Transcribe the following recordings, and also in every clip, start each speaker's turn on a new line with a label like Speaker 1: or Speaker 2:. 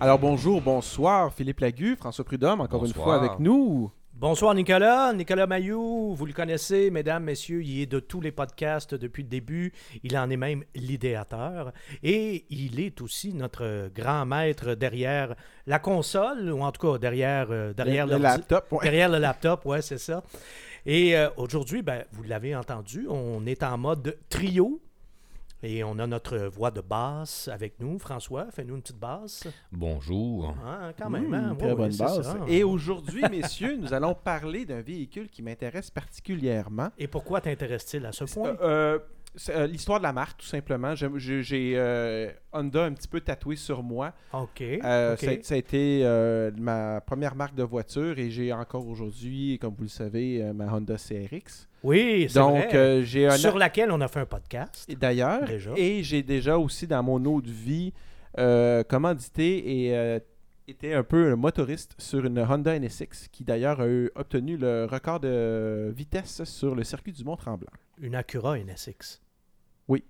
Speaker 1: Alors bonjour, bonsoir, Philippe Lagu, François Prudhomme, encore
Speaker 2: Bonsoir.
Speaker 1: une fois avec nous.
Speaker 3: Bonsoir Nicolas, Nicolas Mayou, vous le connaissez, mesdames, messieurs, il est de tous les podcasts depuis le début, il en est même l'idéateur et il est aussi notre grand maître derrière la console ou en tout cas derrière, euh, derrière
Speaker 1: le,
Speaker 3: l'ordi-
Speaker 1: laptop. ouais.
Speaker 3: Derrière le laptop, ouais, c'est ça. Et euh, aujourd'hui, ben, vous l'avez entendu, on est en mode trio. Et on a notre voix de basse avec nous. François, fais-nous une petite basse.
Speaker 2: Bonjour.
Speaker 3: Hein, quand même,
Speaker 1: Mmh,
Speaker 3: hein?
Speaker 1: très
Speaker 3: Ouais,
Speaker 1: bonne
Speaker 3: ouais, c'est
Speaker 1: base.
Speaker 3: ça.
Speaker 1: Et aujourd'hui, messieurs, nous allons parler d'un véhicule qui m'intéresse particulièrement.
Speaker 3: Et pourquoi t'intéresse-t-il à ce point?
Speaker 1: Euh, euh, c'est, euh, L'histoire de la marque, tout simplement. J'ai- J'ai j'ai, euh, Honda un petit peu tatoué sur moi.
Speaker 3: OK.
Speaker 1: Euh,
Speaker 3: ok.
Speaker 1: ça, ça a été euh, ma première marque de voiture et j'ai encore aujourd'hui, comme vous le savez, euh, ma Honda CRX.
Speaker 3: Oui, c'est
Speaker 1: Donc,
Speaker 3: vrai.
Speaker 1: euh, j'ai un
Speaker 3: Sur laquelle on a fait un podcast.
Speaker 1: Et D'ailleurs,
Speaker 3: Déjà.
Speaker 1: et j'ai déjà aussi dans mon eau de vie euh, commandité et euh, été un peu un motoriste sur une Honda NSX qui d'ailleurs a eu- obtenu le record de vitesse sur le circuit du Mont-Tremblant.
Speaker 3: Une Acura NSX.
Speaker 1: Oui.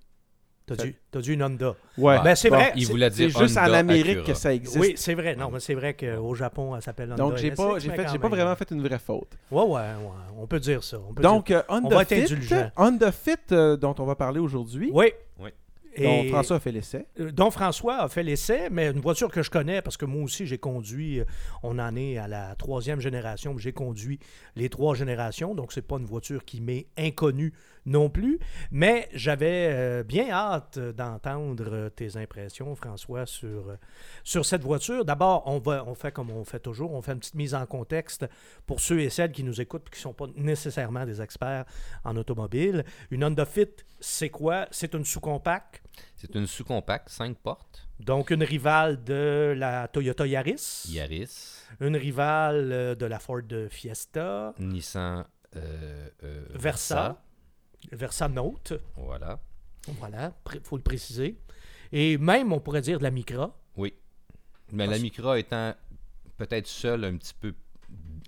Speaker 3: T'as
Speaker 1: Ça-
Speaker 3: dit, t'as dit une Honda.
Speaker 1: Ouais.
Speaker 3: Ben, c'est
Speaker 1: Bon,
Speaker 3: vrai.
Speaker 2: Il
Speaker 3: c'est-
Speaker 2: voulait
Speaker 1: C'est
Speaker 2: dire
Speaker 1: juste en
Speaker 2: Honda
Speaker 1: Amérique
Speaker 2: Acura.
Speaker 1: que ça existe.
Speaker 3: Oui, c'est vrai. Non, mais c'est vrai qu'au Japon, elle s'appelle Honda
Speaker 1: Donc j'ai pas
Speaker 3: NSX,
Speaker 1: j'ai
Speaker 3: mais
Speaker 1: fait
Speaker 3: quand
Speaker 1: j'ai pas
Speaker 3: même.
Speaker 1: vraiment fait une vraie faute.
Speaker 3: Ouais, ouais, ouais. On peut dire ça. On peut dire
Speaker 1: Donc euh,
Speaker 3: on va
Speaker 1: Honda
Speaker 3: être
Speaker 1: Fit,
Speaker 3: indulgent.
Speaker 1: Honda Fit euh, dont on va parler aujourd'hui.
Speaker 3: Oui.
Speaker 2: Oui.
Speaker 3: Et
Speaker 1: dont François a fait l'essai.
Speaker 3: euh, dont François a fait l'essai, mais une voiture que je connais, parce que moi aussi j'ai conduit, euh, on en est à la troisième génération, mais j'ai conduit les trois générations, donc c'est pas une voiture qui m'est inconnue non plus. Mais j'avais euh, bien hâte euh, d'entendre euh, tes impressions, François, sur, euh, sur cette voiture. D'abord, on, va- on fait comme on fait toujours, on fait une petite mise en contexte pour ceux et celles qui nous écoutent et qui ne sont pas nécessairement des experts en automobile. Une Honda Fit, c'est quoi? C'est une sous-compacte.
Speaker 2: C'est une sous-compacte, 5 portes,
Speaker 3: Donc, une rivale de la Toyota Yaris,
Speaker 2: Yaris,
Speaker 3: une rivale euh, de la Ford Fiesta,
Speaker 2: Nissan euh, euh,
Speaker 3: Versa. Versa Note,
Speaker 2: Voilà.
Speaker 3: voilà, il faut le préciser. Et même, on pourrait dire de la Micra.
Speaker 2: Oui. Mais la Micra étant peut-être seule un petit peu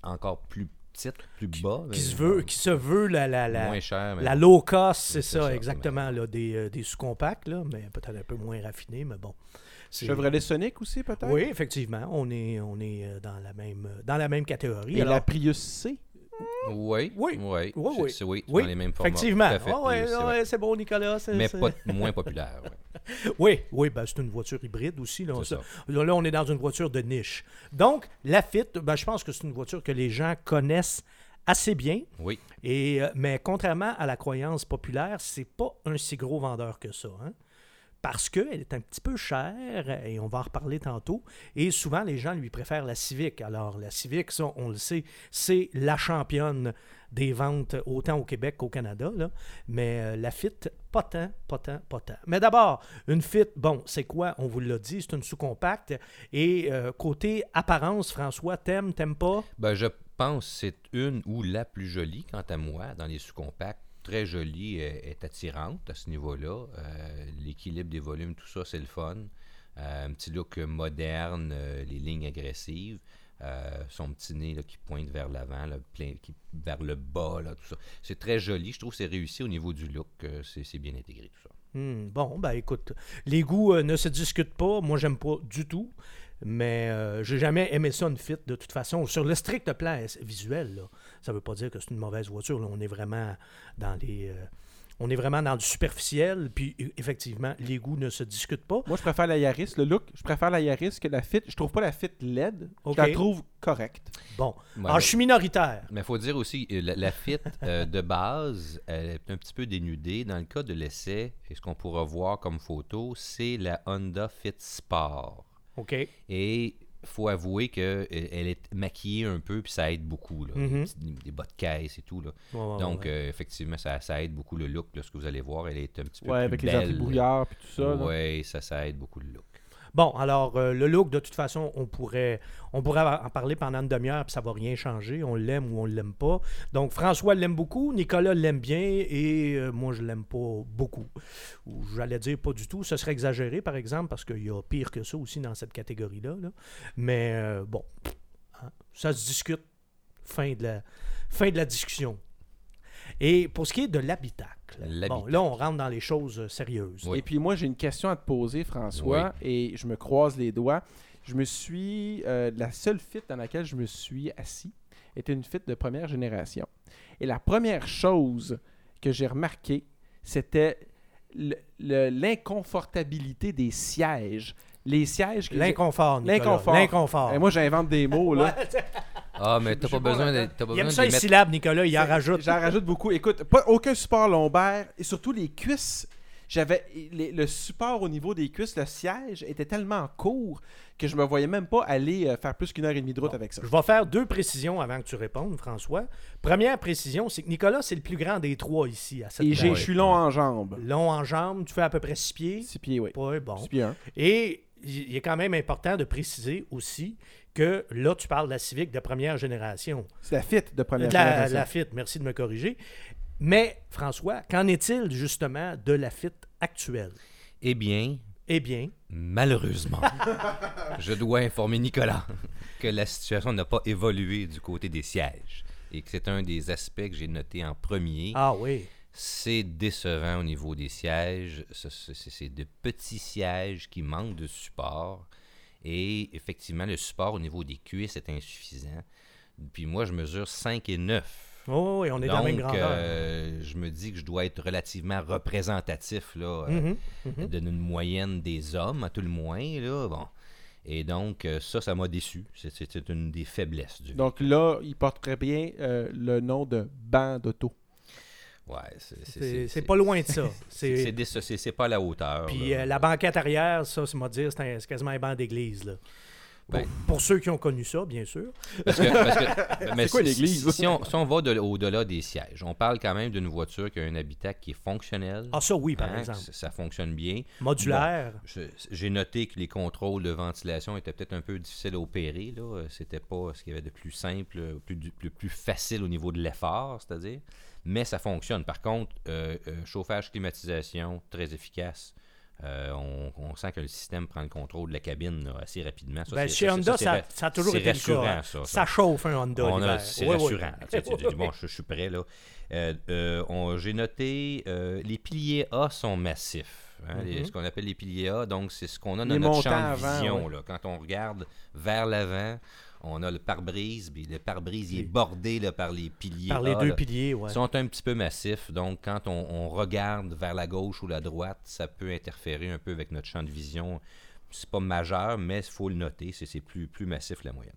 Speaker 2: encore plus petite, plus bas.
Speaker 3: Qui
Speaker 2: mais
Speaker 3: se veut,
Speaker 2: bon,
Speaker 3: qui se veut la, la, la,
Speaker 2: Ben moins chère. mais
Speaker 3: la
Speaker 2: bon.
Speaker 3: low cost, c'est
Speaker 2: c'est
Speaker 3: ça,
Speaker 2: ça,
Speaker 3: exactement, là, des, euh, des sous-compacts, là, mais peut-être un peu moins raffiné, mais bon. C'est-
Speaker 1: Chevrolet Sonic aussi peut-être.
Speaker 3: Oui, effectivement, on est, on est euh, dans, la même, dans la même catégorie.
Speaker 1: Et
Speaker 3: Alors,
Speaker 1: la Prius C.
Speaker 2: Oui.
Speaker 3: Oui.
Speaker 2: Oui. Oui.
Speaker 3: Oui,
Speaker 2: C'est-
Speaker 3: oui.
Speaker 2: c'est- oui,
Speaker 3: Oui,
Speaker 2: dans les mêmes formats.
Speaker 3: effectivement.
Speaker 2: Tout à fait.
Speaker 3: Ah ouais,
Speaker 2: Oui, c'est
Speaker 3: ouais,
Speaker 2: vrai.
Speaker 3: c'est bon, Nicolas. c'est-
Speaker 2: Mais
Speaker 3: c'est-
Speaker 2: pas, moins populaire. ouais.
Speaker 3: Oui, oui, ben, c'est une voiture hybride aussi. Là, on,
Speaker 2: C'est
Speaker 3: se- là, là, on est dans une voiture de niche. Donc, la Fit, ben, je pense que c'est une voiture que les gens connaissent assez bien.
Speaker 2: Oui.
Speaker 3: Et, euh, mais contrairement à la croyance populaire, c'est pas un si gros vendeur que ça. hein. Parce qu'elle est un petit peu chère, et on va en reparler tantôt. Et souvent, les gens lui préfèrent la Civic. Alors, la Civic, ça, on le sait, c'est la championne des ventes, autant au Québec qu'au Canada. là. Mais euh, la Fit, pas tant, pas tant, pas tant. Mais d'abord, une Fit, bon, c'est quoi On vous l'a dit, c'est une sous-compacte. Et euh, côté apparence, François, t'aimes, t'aimes pas
Speaker 2: Ben, je pense que c'est une ou la plus jolie, quant à moi, dans les sous-compacts. Très jolie, est, est attirante à ce niveau-là. Euh, L'équilibre des volumes, tout ça, c'est le fun. Euh, un petit look moderne, euh, les lignes agressives. euh, son petit nez là, qui pointe vers l'avant, là, plein- qui- vers le bas, là, tout ça. C'est très joli. Je trouve que c'est réussi au niveau du look. euh, c'est c'est bien intégré, tout ça.
Speaker 3: Hmm, bon, ben écoute, les goûts euh, ne se discutent pas. Moi, j'aime pas du tout. Mais euh, j'ai jamais aimé ça une fit de toute façon. Sur le strict plan es- visuel, là, ça veut pas dire que c'est une mauvaise voiture. là. On est vraiment dans les. euh, on est vraiment dans du superficiel. Puis e- effectivement, les goûts ne se discutent pas.
Speaker 1: Moi, je préfère la Yaris, le look. Je préfère la Yaris que la Fit. Je trouve pas la Fit laide.
Speaker 3: Ok.
Speaker 1: Je la trouve correcte.
Speaker 3: Bon.
Speaker 2: Ouais,
Speaker 3: Alors, Ah, je suis minoritaire.
Speaker 2: Mais il faut dire aussi, euh, la, la fit euh, de base, elle est un petit peu dénudée. Dans le cas de l'essai, et ce qu'on pourra voir comme photo, c'est la Honda Fit Sport.
Speaker 3: OK.
Speaker 2: Et faut avouer qu'elle est maquillée un peu, puis ça aide beaucoup.
Speaker 1: Mm-hmm.
Speaker 2: là.
Speaker 3: Mhm.
Speaker 2: des, petits- des bas de caisse et tout. Là.
Speaker 3: Ouais,
Speaker 1: Ah,
Speaker 3: ouais, ouais,
Speaker 2: Donc,
Speaker 3: ouais.
Speaker 2: euh, effectivement, ça, ça aide beaucoup le look. là. ce que vous allez voir, elle est un petit peu
Speaker 1: Ouais,
Speaker 2: plus
Speaker 1: avec les
Speaker 2: belle.
Speaker 1: anti-brouillards et tout ça. là.
Speaker 2: Oui, ça, ça aide beaucoup le look.
Speaker 3: Bon, alors, euh, le look, de toute façon, on pourrait, on pourrait en parler pendant une demi-heure, puis ça va rien changer. On l'aime ou on l'aime pas. Donc, François l'aime beaucoup, Nicolas l'aime bien, et euh, moi, je l'aime pas beaucoup. Ou j'allais dire pas du tout. Ce serait exagéré, par exemple, parce qu'il y a pire que ça aussi dans cette catégorie-là. là. Mais euh, bon, hein, ça se discute. Fin de la, fin de la discussion. Et pour ce qui est de l'habitacle, bon,
Speaker 2: L'habitacle.
Speaker 3: là, on rentre dans les choses euh, sérieuses.
Speaker 2: Oui.
Speaker 1: Et puis moi, j'ai une question à te poser, François, et je me croise les doigts. Je me suis. euh, la seule fit dans laquelle je me suis assis était une fit de première génération. Et la première chose que j'ai remarquée, c'était le- le- l'inconfortabilité des sièges. Les sièges que j'ai-
Speaker 3: L'inconfort, Nicolas.
Speaker 1: L'inconfort.
Speaker 3: L'inconfort.
Speaker 1: Eh, moi, j'invente des mots, là.
Speaker 3: Ouais,
Speaker 2: Ah, mais t'as pas besoin
Speaker 1: euh,
Speaker 2: de. T'as pas
Speaker 3: il aime
Speaker 2: besoin
Speaker 3: ça
Speaker 2: de
Speaker 3: les
Speaker 2: les mettre.
Speaker 3: syllabes, Nicolas, il en
Speaker 1: C'est-
Speaker 3: rajoute.
Speaker 1: J'en rajoute beaucoup. Écoute, pas aucun support lombaire et surtout les cuisses. J'avais les- le support au niveau des cuisses, le siège était tellement court que je me voyais même pas aller euh, faire plus qu'une heure et demie de route avec ça.
Speaker 3: Je vais faire deux précisions avant que tu répondes, François. Première précision, c'est que Nicolas, c'est le plus grand des trois ici à cette
Speaker 1: Et j'ai-
Speaker 3: table.
Speaker 1: je suis long en jambes.
Speaker 3: Long en jambes, tu fais à peu près six pieds.
Speaker 1: Six pieds, oui.
Speaker 3: Ouais, bon.
Speaker 1: Six pieds un.
Speaker 3: Et il il est quand même important de préciser aussi que là, tu parles de la civique de première génération.
Speaker 1: C'est la fit de première
Speaker 3: de la,
Speaker 1: génération.
Speaker 3: la FIT, merci de me corriger. Mais, François, qu'en est-il justement de la FIT actuelle?
Speaker 2: Eh bien,
Speaker 3: Eh bien,
Speaker 2: malheureusement, je dois informer Nicolas que la situation n'a pas évolué du côté des sièges et que c'est un des aspects que j'ai noté en premier.
Speaker 3: ah oui,
Speaker 2: C'est décevant au niveau des sièges. Ce- ce- C'est c'est de petits sièges qui manquent de support. Et effectivement, le support au niveau des cuisses est insuffisant. Puis moi, je mesure 5 et 9.
Speaker 3: oh, oui, on est
Speaker 2: Donc,
Speaker 3: dans la même grandeur.
Speaker 2: euh, je me dis que je dois être relativement représentatif là, euh,
Speaker 3: Mhm.
Speaker 2: de d'une moyenne des hommes, à tout le moins. Là, bon. Et donc, euh, ça, ça m'a déçu. C'est- C'est c'est une des faiblesses du
Speaker 1: Donc là, il porte très bien euh, le nom de banc d'auto.
Speaker 2: Ouais, c'est- c'est-
Speaker 3: C'est-
Speaker 2: c'est-
Speaker 3: C'est pas loin de ça.
Speaker 2: C'est
Speaker 3: C'est-
Speaker 2: c'est hein. déce- c'est- c'est pas à la hauteur.
Speaker 3: Puis
Speaker 2: là.
Speaker 3: euh, la banquette arrière, ça, c'est moi de dire, c'est un- c'est quasiment un banc d'église. là. Pour,
Speaker 2: Ben.
Speaker 3: pour ceux qui ont connu ça, bien sûr.
Speaker 2: Parce que- parce que- mais
Speaker 1: quoi
Speaker 2: si-
Speaker 1: l'église?
Speaker 2: Si, si on, si on va de- au-delà des sièges, on parle quand même d'une voiture qui a un habitat qui est fonctionnel.
Speaker 3: Ah, ça, oui, par
Speaker 2: hein,
Speaker 3: exemple.
Speaker 2: que Ça, ça fonctionne bien.
Speaker 3: Modulaire.
Speaker 2: Je- J'ai noté que les contrôles de ventilation étaient peut-être un peu difficiles à opérer. là. Euh, C'était pas ce qu'il y avait de plus simple, euh, plus, du- plus, plus facile au niveau de l'effort, c'est-à-dire. Mais ça fonctionne. Par contre, euh, euh, chauffage, climatisation, très efficace. Euh, on, on sent que le système prend le contrôle de la cabine là, assez rapidement. Ça,
Speaker 3: Ben,
Speaker 2: c'est-
Speaker 3: chez
Speaker 2: ça,
Speaker 3: Honda,
Speaker 2: c'est
Speaker 3: ça,
Speaker 2: ra-
Speaker 3: ça a toujours
Speaker 2: c'est
Speaker 3: été le
Speaker 2: rassurant,
Speaker 3: cas. hein.
Speaker 2: ça,
Speaker 3: Ça,
Speaker 2: ça.
Speaker 3: chauffe un Honda
Speaker 2: On a-
Speaker 3: l'hiver.
Speaker 2: C'est
Speaker 3: Oui, oui.
Speaker 2: rassurant. là. Tu sais, tu te dis, bon, je, je suis prêt, là. Euh, euh, on- J'ai noté, euh, les piliers A sont massifs. hein, les-
Speaker 3: Mhm.
Speaker 2: ce qu'on appelle les piliers A, donc c'est ce qu'on a
Speaker 1: Les
Speaker 2: dans notre champ de
Speaker 1: montants avant,
Speaker 2: vision.
Speaker 1: ouais.
Speaker 2: là. Quand on regarde vers l'avant, on a le pare-brise, puis le pare-brise il est
Speaker 3: Oui.
Speaker 2: bordé là, par les piliers
Speaker 3: Par les
Speaker 2: A,
Speaker 3: deux
Speaker 2: là.
Speaker 3: piliers, ouais.
Speaker 2: Ils sont un petit peu massifs, donc quand on, on regarde vers la gauche ou la droite, ça peut interférer un peu avec notre champ de vision. C'est pas majeur, mais il faut le noter, c'est c'est plus, plus massif que la moyenne.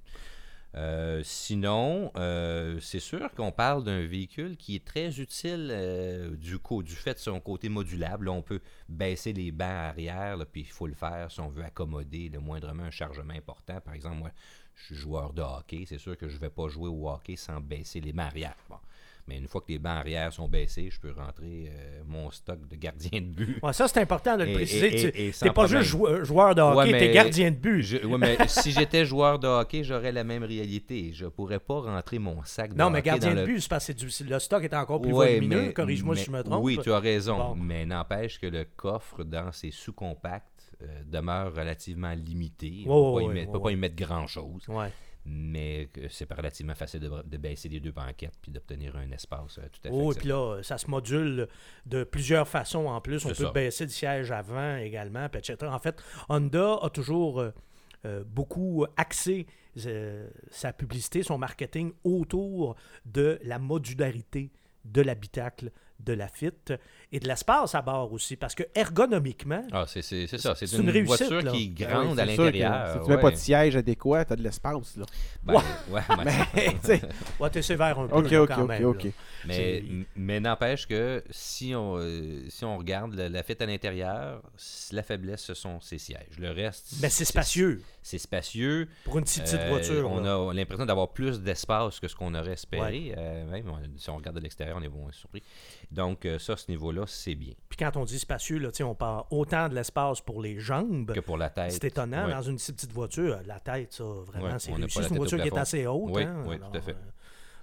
Speaker 2: Euh, sinon, euh, c'est sûr qu'on parle d'un véhicule qui est très utile euh, du, co- du fait de son côté modulable. Là, on peut baisser les bancs arrière, là, puis il faut le faire si on veut accommoder le moindrement un chargement important. Par exemple, moi, je suis joueur de hockey, c'est sûr que je ne vais pas jouer au hockey sans baisser les bancs arrière. Bon. Mais une fois que les bancs arrière sont baissés, je peux rentrer euh, mon stock de gardien de but.
Speaker 3: Ouais, ça, c'est important de le
Speaker 2: Et-
Speaker 3: préciser.
Speaker 2: et-
Speaker 3: Tu-
Speaker 2: et- et sans
Speaker 3: T'es pas
Speaker 2: problème.
Speaker 3: juste joueur, joueur de hockey,
Speaker 2: Ouais, mais-
Speaker 3: t'es gardien de but.
Speaker 2: Je- ouais, mais si j'étais joueur de hockey, j'aurais la même réalité. Je pourrais pas rentrer mon sac de
Speaker 3: Non,
Speaker 2: hockey
Speaker 3: mais gardien
Speaker 2: dans le...
Speaker 3: de but, c'est parce que c'est du- le stock est encore plus
Speaker 2: Ouais,
Speaker 3: volumineux.
Speaker 2: mais-
Speaker 3: Corrige-moi si
Speaker 2: mais-
Speaker 3: je me trompe.
Speaker 2: Oui, tu as raison.
Speaker 3: Bon.
Speaker 2: Mais n'empêche que le coffre dans ses sous-compacts euh, demeure relativement limité.
Speaker 3: Ouais,
Speaker 2: on
Speaker 3: ouais,
Speaker 2: ne
Speaker 3: ouais,
Speaker 2: peut
Speaker 3: ouais,
Speaker 2: pas y mettre grand-chose.
Speaker 3: Ouais.
Speaker 2: Mais que c'est pas relativement facile de, de baisser les deux banquettes puis d'obtenir un espace euh, tout à fait.
Speaker 3: Oh, et
Speaker 2: acceptable.
Speaker 3: puis là, ça se module de plusieurs façons en plus. On peut
Speaker 2: C'est ça.
Speaker 3: baisser le siège avant également, puis etc. En fait, Honda a toujours euh, euh, beaucoup axé euh, sa publicité, son marketing autour de la modularité de l'habitacle, de la fit et de l'espace à bord aussi. Parce que ergonomiquement,
Speaker 2: Ah, c'est, c'est- c'est ça. C'est,
Speaker 3: C'est
Speaker 2: une,
Speaker 3: une réussite,
Speaker 2: voiture
Speaker 3: là.
Speaker 2: qui est
Speaker 1: Ah
Speaker 2: grande
Speaker 1: oui,
Speaker 2: à
Speaker 1: c'est sûr que
Speaker 2: l'intérieur.
Speaker 1: Si tu mets pas de
Speaker 2: ouais.
Speaker 1: siège adéquat, t'as de l'espace, là.
Speaker 2: Ben, ouais, mais-
Speaker 1: Tu sais,
Speaker 3: ouais, t'es sévère un peu
Speaker 1: ok,
Speaker 3: là,
Speaker 1: ok,
Speaker 3: quand
Speaker 1: ok,
Speaker 3: même. là.
Speaker 1: ok.
Speaker 2: Mais, m- mais n'empêche que si on, euh, si on regarde la, la fête à l'intérieur, s- la faiblesse, ce sont ses sièges. Le reste.
Speaker 3: Mais Ben, c'est spacieux
Speaker 2: C'est spacieux.
Speaker 3: pour une si petite
Speaker 2: Euh,
Speaker 3: voiture.
Speaker 2: On
Speaker 3: là.
Speaker 2: a l'impression d'avoir plus d'espace que ce qu'on aurait espéré. Euh, même on- si on regarde de l'extérieur, on est bon, surpris. Donc, euh, ça, à ce niveau-là, c'est bien.
Speaker 3: Puis quand on dit spacieux, là, tu sais, on part autant de l'espace pour les jambes
Speaker 2: Que pour la tête.
Speaker 3: Ben, C'est étonnant,
Speaker 2: ouais.
Speaker 3: dans une si petite voiture, euh, la tête, ça, vraiment,
Speaker 2: Ouais,
Speaker 3: c'est
Speaker 2: on n'a
Speaker 3: réussi.
Speaker 2: pas la
Speaker 3: C'est une
Speaker 2: tête au
Speaker 3: voiture qui est
Speaker 2: plafond.
Speaker 3: assez haute.
Speaker 2: Oui,
Speaker 3: hein,
Speaker 2: oui, tout à fait.
Speaker 3: euh,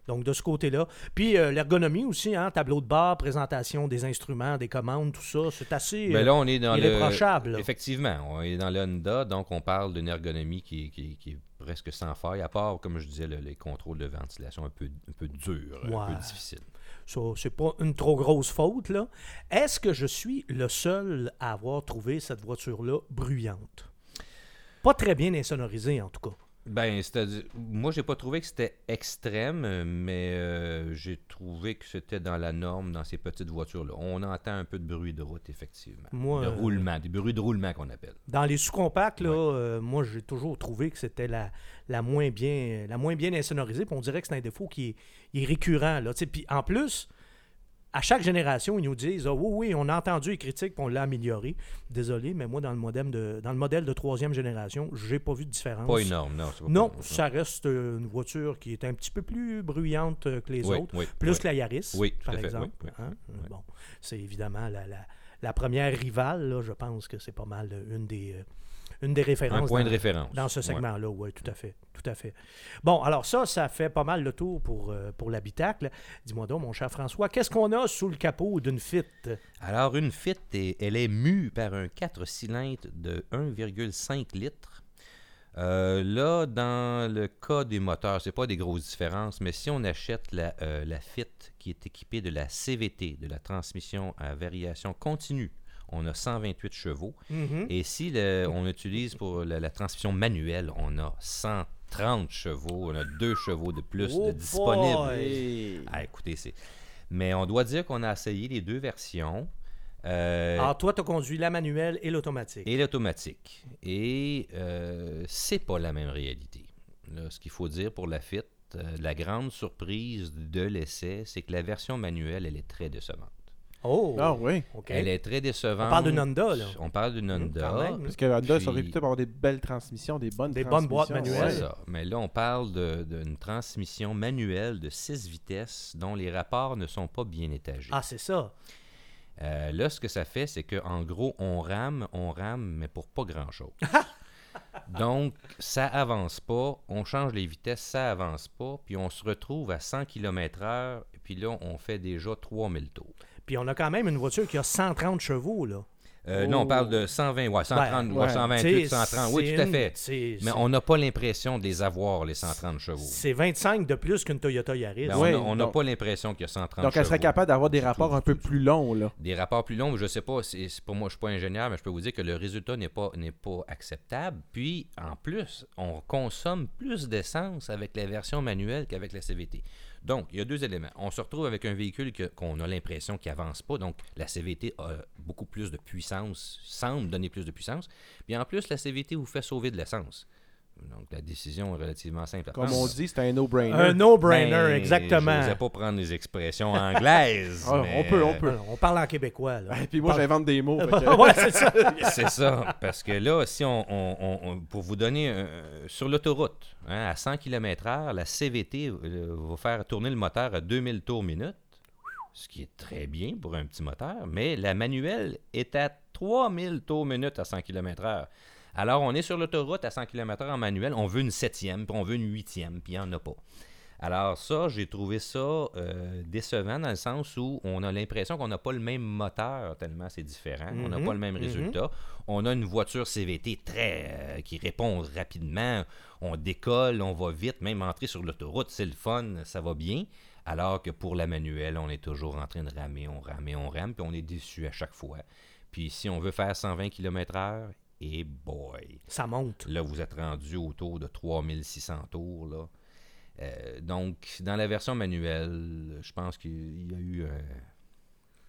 Speaker 3: Donc, de ce côté-là. Puis, euh, l'ergonomie aussi, hein, tableau de bord, présentation des instruments, des commandes, tout ça, c'est assez
Speaker 2: Mais
Speaker 3: euh,
Speaker 2: Ben, là, on est dans
Speaker 3: irréprochable,
Speaker 2: le.
Speaker 3: là.
Speaker 2: Effectivement, on est dans le Honda, donc on parle d'une ergonomie qui, qui- qui est presque sans faille, à part, comme je disais, le- les contrôles de ventilation un peu, un peu durs, un
Speaker 3: Ouais.
Speaker 2: peu difficiles.
Speaker 3: euh, Ça, c'est pas une trop grosse faute, là. Est-ce que je suis le seul à avoir trouvé cette voiture-là bruyante? Pas très bien insonorisée, en tout cas.
Speaker 2: Ben, c'est-à-dire, moi, j'ai pas trouvé que c'était extrême, euh, mais euh, j'ai trouvé que c'était dans la norme dans ces petites voitures-là. On entend un peu de bruit de route, effectivement.
Speaker 3: Moi,
Speaker 2: de
Speaker 3: euh,
Speaker 2: roulement, des bruits de roulement qu'on appelle.
Speaker 3: Dans les sous-compacts, là,
Speaker 2: Ouais.
Speaker 3: euh, moi, j'ai toujours trouvé que c'était la, la, moins bien, la moins bien insonorisée. Puis on dirait que c'est un défaut qui est, il est récurrent. Là, tu sais. puis en plus, à chaque génération, ils nous disent Ah oui, oui, on a entendu les critiques puis on l'a amélioré. Désolé, mais moi, dans le, modem de, dans le modèle de troisième génération, j'ai pas vu de différence.
Speaker 2: Pas énorme, non. c'est pas-
Speaker 3: Non,
Speaker 2: pas-
Speaker 3: ça reste euh, une voiture qui est un petit peu plus bruyante euh, que les
Speaker 2: Oui,
Speaker 3: autres,
Speaker 2: oui,
Speaker 3: plus
Speaker 2: oui.
Speaker 3: que la Yaris,
Speaker 2: Oui, tout
Speaker 3: par
Speaker 2: à fait, oui,
Speaker 3: exemple.
Speaker 2: oui,
Speaker 3: hein. Bon, c'est évidemment la, la- la première rivale, là, je pense que c'est pas mal euh, une des, euh, une des références.
Speaker 2: Un point
Speaker 3: dans-
Speaker 2: de référence.
Speaker 3: dans ce
Speaker 2: Ouais.
Speaker 3: segment-là, oui, tout à fait. Tout à fait. Bon, alors ça, ça fait pas mal le tour pour, euh, pour l'habitacle. Dis-moi donc, mon cher François, qu'est-ce qu'on a sous le capot d'une Fit?
Speaker 2: Alors, une Fit, est- elle est mue par un 4 cylindres de 1,5 litres. Euh, là, dans le cas des moteurs, c'est pas des grosses différences, mais si on achète la, euh, la Fit qui est équipée de la CVT, de la transmission à variation continue, on a 128 chevaux.
Speaker 3: Mm-hmm.
Speaker 2: Et si le- on utilise pour la, la transmission manuelle, on a 130 chevaux, on a 2 chevaux de plus
Speaker 3: Oh
Speaker 2: de disponibles.
Speaker 3: boy!
Speaker 2: Ah, écoutez, c'est. Mais on doit dire qu'on a essayé les deux versions. euh,
Speaker 3: Alors toi, tu as conduit la manuelle et l'automatique.
Speaker 2: et l'automatique. Et euh, c'est pas la même réalité. Là, ce qu'il faut dire pour la FIT, euh, la grande surprise de l'essai, c'est que la version manuelle, elle est très décevante.
Speaker 3: Oh!
Speaker 1: Ah oui.
Speaker 3: OK.
Speaker 2: Elle est très décevante.
Speaker 3: On parle d'une Honda, là.
Speaker 2: On parle d'une
Speaker 3: quand
Speaker 2: Honda.
Speaker 3: même, hein.
Speaker 1: Parce que Honda
Speaker 2: Puis-
Speaker 1: sont réputés pour avoir des belles transmissions, des bonnes
Speaker 3: Des bonnes boîtes
Speaker 1: transmissions.
Speaker 2: C'est
Speaker 3: manuelles.
Speaker 1: Ouais.
Speaker 2: ça. Mais là, on parle de- d'une transmission manuelle de 6 vitesses dont les rapports ne sont pas bien étagés.
Speaker 3: Ah, c'est ça.
Speaker 2: Euh, là, ce que ça fait, c'est qu'en gros, on rame, on rame, mais pour pas grand-chose. Donc, ça avance pas, on change les vitesses, ça avance pas, puis on se retrouve à 100 km/h, puis là, on fait déjà 3000 tours.
Speaker 3: Puis on a quand même une voiture qui a 130 chevaux, là.
Speaker 2: Euh, Là, on
Speaker 1: Oh.
Speaker 2: parle de 120, ouais, 130,
Speaker 1: Ben,
Speaker 2: ouais,
Speaker 1: ouais.
Speaker 2: 128,
Speaker 3: T'sais,
Speaker 2: 130, oui,
Speaker 3: c'est
Speaker 2: tout à
Speaker 3: une-
Speaker 2: fait.
Speaker 3: c'est-
Speaker 2: Mais
Speaker 3: c'est-
Speaker 2: on n'a pas l'impression de les avoir, les 130 chevaux.
Speaker 3: C'est 25 de plus qu'une Toyota Yaris.
Speaker 2: Ben,
Speaker 1: Ouais,
Speaker 2: on a- on n'a
Speaker 1: donc-
Speaker 2: pas l'impression qu'il y a 130
Speaker 1: Donc, elle serait
Speaker 2: chevaux.
Speaker 1: capable d'avoir des
Speaker 2: du
Speaker 1: rapports
Speaker 2: tout,
Speaker 1: un
Speaker 2: du
Speaker 1: peu
Speaker 2: tout, du
Speaker 1: plus longs, là.
Speaker 2: des rapports plus longs, je ne sais pas, c'est c'est pour moi, je ne suis pas ingénieur, mais je peux vous dire que le résultat n'est pas, n'est pas acceptable. Puis, en plus, on consomme plus d'essence avec la version manuelle qu'avec la CVT. Donc, il y a deux éléments. On se retrouve avec un véhicule que- qu'on a l'impression qu'il n'avance pas, donc la CVT a beaucoup plus de puissance, semble donner plus de puissance. Puis en plus, la CVT vous fait sauver de l'essence. Donc, la décision est relativement simple. à
Speaker 1: Comme
Speaker 2: prendre.
Speaker 1: on dit, c'est un no-brainer.
Speaker 3: Ah. Un no-brainer,
Speaker 2: Ben,
Speaker 3: exactement.
Speaker 2: Je ne pas prendre les expressions anglaises.
Speaker 1: Ah, on
Speaker 2: mais-
Speaker 1: peut, on peut.
Speaker 3: Alors, on parle en québécois, là.
Speaker 1: Et puis moi, j'invente des mots. fait que-
Speaker 3: Ah ouais, c'est ça.
Speaker 2: C'est ça, parce que là, si on, on- on- on- pour vous donner, euh, sur l'autoroute, hein, à 100 km/h, la CVT euh, va faire tourner le moteur à 2000 tours minute, ce qui est très bien pour un petit moteur, mais la manuelle est à 3000 tours minute à 100 km/h. Alors, on est sur l'autoroute à 100 km/h en manuel, on veut une septième, puis on veut une huitième, puis il n'y en a pas. Alors ça, j'ai trouvé ça euh, décevant dans le sens où on a l'impression qu'on n'a pas le même moteur tellement c'est différent, on n'a pas le même résultat. On a une voiture CVT très euh, qui répond rapidement, on décolle, on va vite, même entrer sur l'autoroute, c'est le fun, ça va bien. Alors que pour la manuelle, on est toujours en train de ramer, on rame et on rame, puis on est déçu à chaque fois. Puis si on veut faire 120 km/h, et eh boy,
Speaker 3: Ça monte.
Speaker 2: Là, vous êtes rendu autour de 3600 tours. Là. Euh, donc, dans la version manuelle, je pense qu'il y a eu un-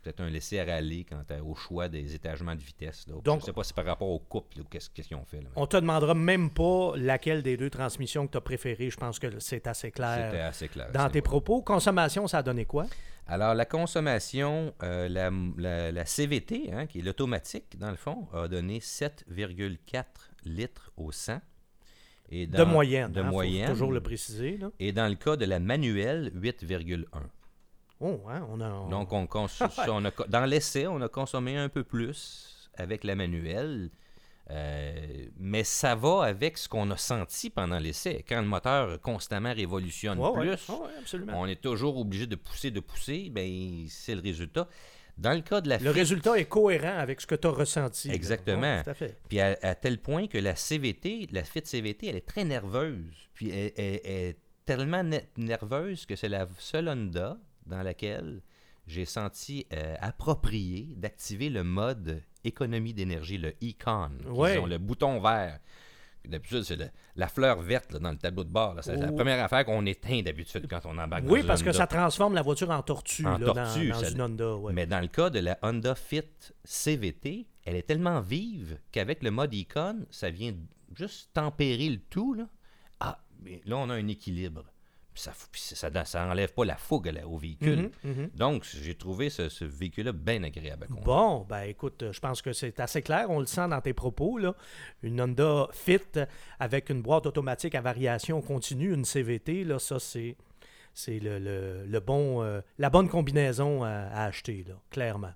Speaker 2: peut-être un laisser-aller quant à- au choix des étagements de vitesse. là.
Speaker 3: Donc-
Speaker 2: je ne sais pas si par rapport au couple, là, qu'est-ce qu'est-ce qu'ils ont fait. là, mais
Speaker 3: On te demandera même pas laquelle des deux transmissions que tu as préférée. Je pense que c'est assez
Speaker 2: C'était euh,
Speaker 3: clair.
Speaker 2: assez clair. à
Speaker 3: euh, Dans
Speaker 2: ce
Speaker 3: tes
Speaker 2: niveau-là.
Speaker 3: propos, consommation, ça a donné quoi?
Speaker 2: Alors, la consommation, euh, la, la- la CVT, hein, qui est l'automatique, dans le fond, a donné 7,4 litres au 100. Et
Speaker 3: de
Speaker 2: dans-
Speaker 3: moyenne.
Speaker 2: De
Speaker 3: hein, faut
Speaker 2: moyenne.
Speaker 3: toujours le préciser. là.
Speaker 2: Et dans le cas de la manuelle, 8,1.
Speaker 3: Oh, hein, on a. on-
Speaker 2: Donc, on cons- on a co- dans l'essai, on a consommé un peu plus avec la manuelle. Euh, mais ça va avec ce qu'on a senti pendant l'essai. Quand le moteur constamment révolutionne
Speaker 3: Ouais, ouais.
Speaker 2: plus,
Speaker 3: Ah ouais, absolument.
Speaker 2: on est toujours obligé de pousser, de pousser, ben, c'est le résultat. Dans le cas de la
Speaker 3: Le
Speaker 2: Fit-
Speaker 3: résultat est cohérent avec ce que tu as ressenti. là.
Speaker 2: Exactement.
Speaker 3: Ouais, tout à fait.
Speaker 2: Puis à, à tel point que la CVT, la fit CVT, elle est très nerveuse. Puis elle, elle- elle est tellement ne- nerveuse que c'est la seule Honda dans laquelle j'ai senti euh, approprié d'activer le mode économie d'énergie, le Econ.
Speaker 3: Ouais.
Speaker 2: Ils ont le bouton vert. D'habitude, c'est le- la fleur verte là, dans le tableau de bord. là. C'est la
Speaker 3: Oh.
Speaker 2: première affaire qu'on éteint d'habitude quand on embarque
Speaker 3: Oui,
Speaker 2: dans
Speaker 3: parce
Speaker 2: une
Speaker 3: que
Speaker 2: Honda.
Speaker 3: ça transforme la voiture en tortue,
Speaker 2: En
Speaker 3: là, dans-
Speaker 2: tortue,
Speaker 3: dans,
Speaker 2: ça-
Speaker 3: une Honda. ouais.
Speaker 2: Mais dans le cas de la Honda Fit CVT, elle est tellement vive qu'avec le mode Icon, ça vient juste tempérer le tout. Là. Ah, mais là, on a un équilibre. Puis Ça, puis ça, ça, ça enlève pas la fougue à la- au véhicule.
Speaker 3: Mm-hmm,
Speaker 2: Donc, j'ai trouvé ce, ce véhicule-là bien agréable à conduire.
Speaker 3: Bon, ben écoute, euh, je pense que c'est assez clair. On le sent dans tes propos. Là. Une Honda Fit euh, avec une boîte automatique à variation continue, une CVT, là, ça c'est c'est le, le- le bon, euh, la bonne combinaison à, à acheter, là, clairement.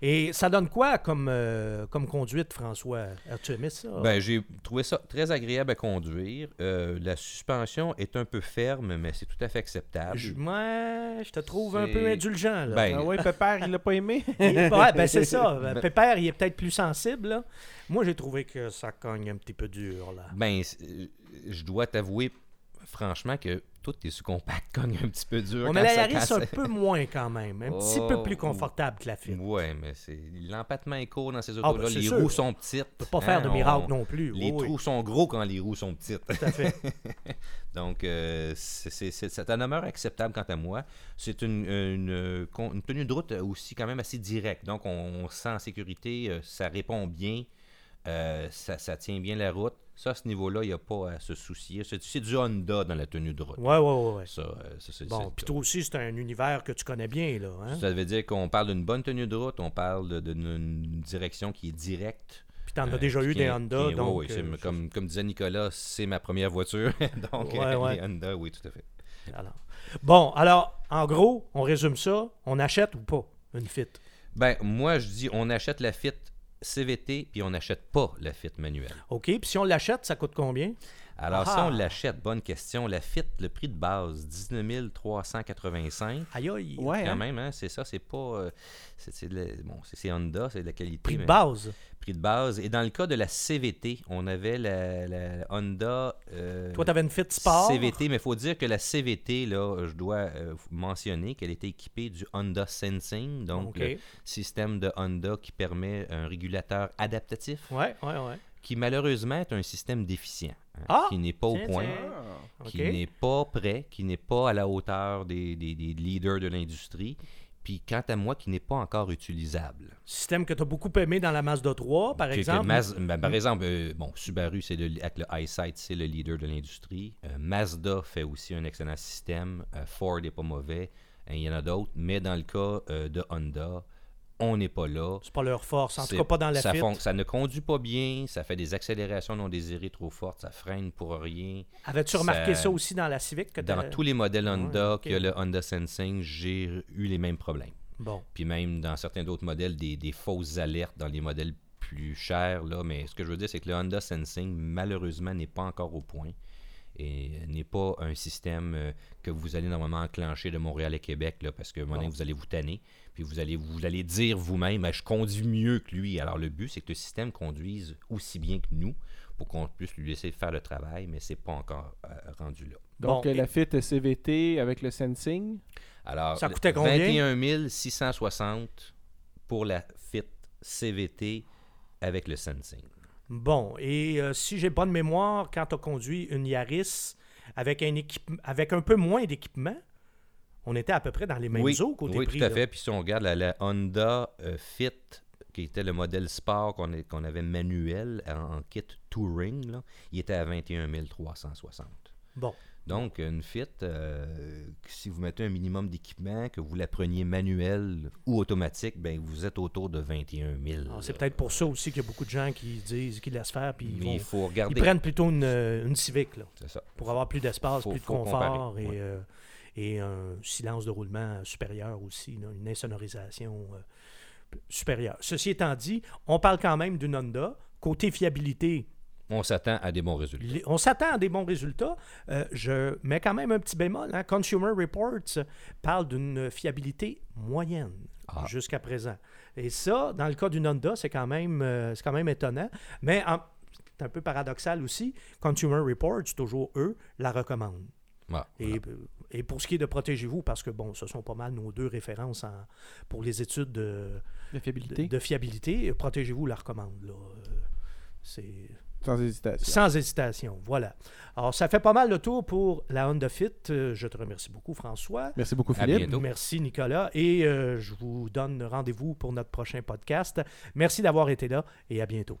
Speaker 3: Et ça donne quoi comme, euh, comme conduite, François? As-tu aimé ça?
Speaker 2: Ben, j'ai trouvé ça très agréable à conduire. Euh, la suspension est un peu ferme, mais c'est tout à fait acceptable.
Speaker 3: je, ouais, je te trouve un peu
Speaker 2: C'est-
Speaker 3: indulgent. Là.
Speaker 2: Ben,
Speaker 1: Ah oui, Pépère, il l'a pas aimé.
Speaker 3: Ouais, ben c'est ça. Ben, Pépère, il est peut-être plus sensible. là. Moi, j'ai trouvé que ça cogne un petit peu dur. là.
Speaker 2: Ben, c'est- euh, je dois t'avouer, franchement, que toutes tes sous-compacts cognent un petit peu dur.
Speaker 3: Ouais,
Speaker 2: quand
Speaker 3: mais la
Speaker 2: ça-
Speaker 3: Yaris,
Speaker 2: quand
Speaker 3: c'est un
Speaker 2: ça-
Speaker 3: peu moins quand même. Un petit
Speaker 2: Oh. Mm.
Speaker 3: peu plus confortable que la Fit. On
Speaker 2: Ouais, mais c'est l'empattement est court dans ces
Speaker 3: ben,
Speaker 2: autos-là.
Speaker 3: c'est
Speaker 2: les
Speaker 3: sûr.
Speaker 2: roues sont petites. hein,
Speaker 3: peut pas faire de miracle non plus.
Speaker 2: Les
Speaker 3: Oui, oui,
Speaker 2: trous sont gros quand les roues sont petites.
Speaker 3: tout à fait.
Speaker 2: Donc, euh, c'est- c'est c'est- c'est un demeure acceptable quant à moi. C'est une, une, euh, con- une tenue de route aussi quand même assez directe. Donc, on, on se sent en sécurité, euh, ça répond bien, euh, ça, ça tient bien la route. Ça, à ce niveau-là, il n'y a pas à se soucier. C'est c'est du Honda dans la tenue de route.
Speaker 3: Ouais, ouais, ouais. ouais.
Speaker 2: Ça, euh, ça, c'est- c'est
Speaker 3: Bon,
Speaker 2: le
Speaker 3: puis
Speaker 2: cas.
Speaker 3: toi aussi, c'est un univers que tu connais bien, là. hein?
Speaker 2: Ça veut dire qu'on parle d'une bonne tenue de route, on parle de- d'une d'une direction qui est directe.
Speaker 3: Puis t'en
Speaker 2: Euh,
Speaker 3: as déjà eu
Speaker 2: qui-
Speaker 3: des
Speaker 2: qui-
Speaker 3: Honda,
Speaker 2: oui,
Speaker 3: donc...
Speaker 2: oui, c'est
Speaker 3: euh,
Speaker 2: m- comme, comme disait Nicolas, c'est ma première voiture. donc,
Speaker 3: Ouais,
Speaker 2: euh,
Speaker 3: ouais.
Speaker 2: les Honda, oui, tout à fait.
Speaker 3: alors. Bon, alors, en gros, on résume ça. On achète ou pas une Fit?
Speaker 2: Ben, moi, je dis, on achète la Fit CVT, puis on n'achète pas la Fit manuelle.
Speaker 3: OK, puis si on l'achète, ça coûte combien?
Speaker 2: Alors,
Speaker 3: Ah
Speaker 2: si
Speaker 3: ah.
Speaker 2: on l'achète, bonne question, la Fit, le prix de base, 19 385.
Speaker 3: Aïe, aïe.
Speaker 1: Ouais,
Speaker 2: Quand
Speaker 1: hein.
Speaker 2: même, hein, c'est ça, c'est pas. euh, c'est- c'est le- bon, c'est c'est Honda, c'est de la qualité.
Speaker 3: Prix de
Speaker 2: mais-
Speaker 3: base.
Speaker 2: prix de base. Et dans le cas de la CVT, on avait la, la Honda euh,
Speaker 3: Toi, t'avais une Fit Sport.
Speaker 2: CVT, mais il faut dire que la CVT, là, je dois euh, mentionner qu'elle était équipée du Honda Sensing, donc
Speaker 3: OK.
Speaker 2: le système de Honda qui permet un régulateur adaptatif,
Speaker 3: Ouais, ouais, ouais.
Speaker 2: qui malheureusement est un système déficient, hein,
Speaker 3: Ah!
Speaker 2: qui n'est pas au
Speaker 3: Tiens,
Speaker 2: point.
Speaker 3: tiens. OK.
Speaker 2: Qui n'est pas prêt, qui n'est pas à la hauteur des, des- des leaders de l'industrie, puis quant à moi, qui n'est pas encore utilisable.
Speaker 3: Système que tu as beaucoup aimé dans la Mazda 3, par
Speaker 2: Que- que
Speaker 3: exemple. hmm.
Speaker 2: Maz- ben, par exemple, euh, bon, Subaru, c'est le, avec le EyeSight, c'est le leader de l'industrie. Euh, Mazda fait aussi un excellent système. Euh, Ford n'est pas mauvais. Euh, Il y en a d'autres. Mais dans le cas euh, de Honda, on n'est pas là.
Speaker 3: C'est pas leur force, en tout
Speaker 2: C'est-
Speaker 3: cas pas dans la
Speaker 2: ça,
Speaker 3: Fit.
Speaker 2: fon- ça ne conduit pas bien. Ça fait des accélérations non désirées trop fortes. Ça freine pour rien.
Speaker 3: Avais-tu remarqué ça...
Speaker 2: ça-
Speaker 3: aussi dans la Civic que
Speaker 2: Dans
Speaker 3: t'avais-
Speaker 2: tous les modèles Honda
Speaker 3: euh, ok.
Speaker 2: que le Honda Sensing, j'ai eu les mêmes problèmes.
Speaker 3: Bon.
Speaker 2: Puis même dans certains d'autres modèles, des, des fausses alertes dans les modèles plus chers. Là. Mais ce que je veux dire, c'est que le Honda Sensing, malheureusement, n'est pas encore au point et euh, n'est pas un système euh, que vous allez normalement enclencher de Montréal à Québec, là, parce que un moment donné, vous allez vous tanner, puis vous allez, vous allez dire vous-même, Ah, je conduis mieux que lui. Alors le but, c'est que le système conduise aussi bien que nous pour qu'on puisse lui laisser faire le travail, mais c'est pas encore euh, rendu là.
Speaker 1: Donc,
Speaker 3: Bon,
Speaker 1: euh,
Speaker 3: et-
Speaker 1: la fit CVT avec le sensing.
Speaker 2: Alors,
Speaker 3: Ça coûtait combien?
Speaker 2: 21 660 pour la FIT CVT avec le Sensing.
Speaker 3: Bon. Et euh, si j'ai bonne mémoire, quand tu as conduit une Yaris avec un, équipe- avec un peu moins d'équipement, on était à peu près dans les mêmes eaux côté
Speaker 2: oui,
Speaker 3: prix.
Speaker 2: tout à
Speaker 3: là.
Speaker 2: fait. Puis si on regarde la, la Honda euh, Fit, qui était le modèle sport qu'on est- qu'on avait manuel en, en kit Touring, là, il était à 21 360.
Speaker 3: Bon.
Speaker 2: Donc, une Fit, euh, que si vous mettez un minimum d'équipement, que vous la preniez manuelle ou automatique, ben vous êtes autour de 21 000.
Speaker 3: Alors, Ah, C'est peut-être pour ça aussi qu'il y a beaucoup de gens qui disent qu'ils laissent faire, puis ils,
Speaker 2: Mais il
Speaker 3: vont-
Speaker 2: faut
Speaker 3: ils
Speaker 2: regarder.
Speaker 3: prennent plutôt une, une Civic là,
Speaker 2: C'est ça.
Speaker 3: pour avoir plus d'espace,
Speaker 2: Faut-
Speaker 3: plus de
Speaker 2: faut
Speaker 3: confort
Speaker 2: comparer,
Speaker 3: et,
Speaker 2: ouais.
Speaker 3: euh, et un silence de roulement supérieur aussi, là, une insonorisation euh, supérieure. Ceci étant dit, on parle quand même d'une Honda, Côté fiabilité,
Speaker 2: On s'attend à des bons résultats.
Speaker 3: les- on s'attend à des bons résultats. Euh, je mets quand même un petit bémol. hein. Consumer Reports parle d'une fiabilité moyenne
Speaker 2: Ah.
Speaker 3: jusqu'à présent. Et ça, dans le cas d'une Honda, c'est quand, même, euh, c'est quand même étonnant. Mais en- c'est un peu paradoxal aussi. Consumer Reports, toujours eux, la recommandent.
Speaker 2: Ah,
Speaker 3: Et, euh, et pour ce qui est de Protégez-vous, parce que bon, ce sont pas mal nos deux références en- pour les études de,
Speaker 1: La
Speaker 3: de,
Speaker 1: fiabilité.
Speaker 3: de fiabilité, euh, Protégez-vous la recommande. là. Euh, C'est
Speaker 1: Sans hésitation.
Speaker 3: sans hésitation, voilà. Alors, ça fait pas mal le tour pour la Honda Fit. Euh, Je te remercie beaucoup, François.
Speaker 1: Merci beaucoup,
Speaker 2: À
Speaker 1: Philippe.
Speaker 2: bientôt.
Speaker 3: Merci, Nicolas. Et euh, je vous donne rendez-vous pour notre prochain podcast. Merci d'avoir été là et à bientôt.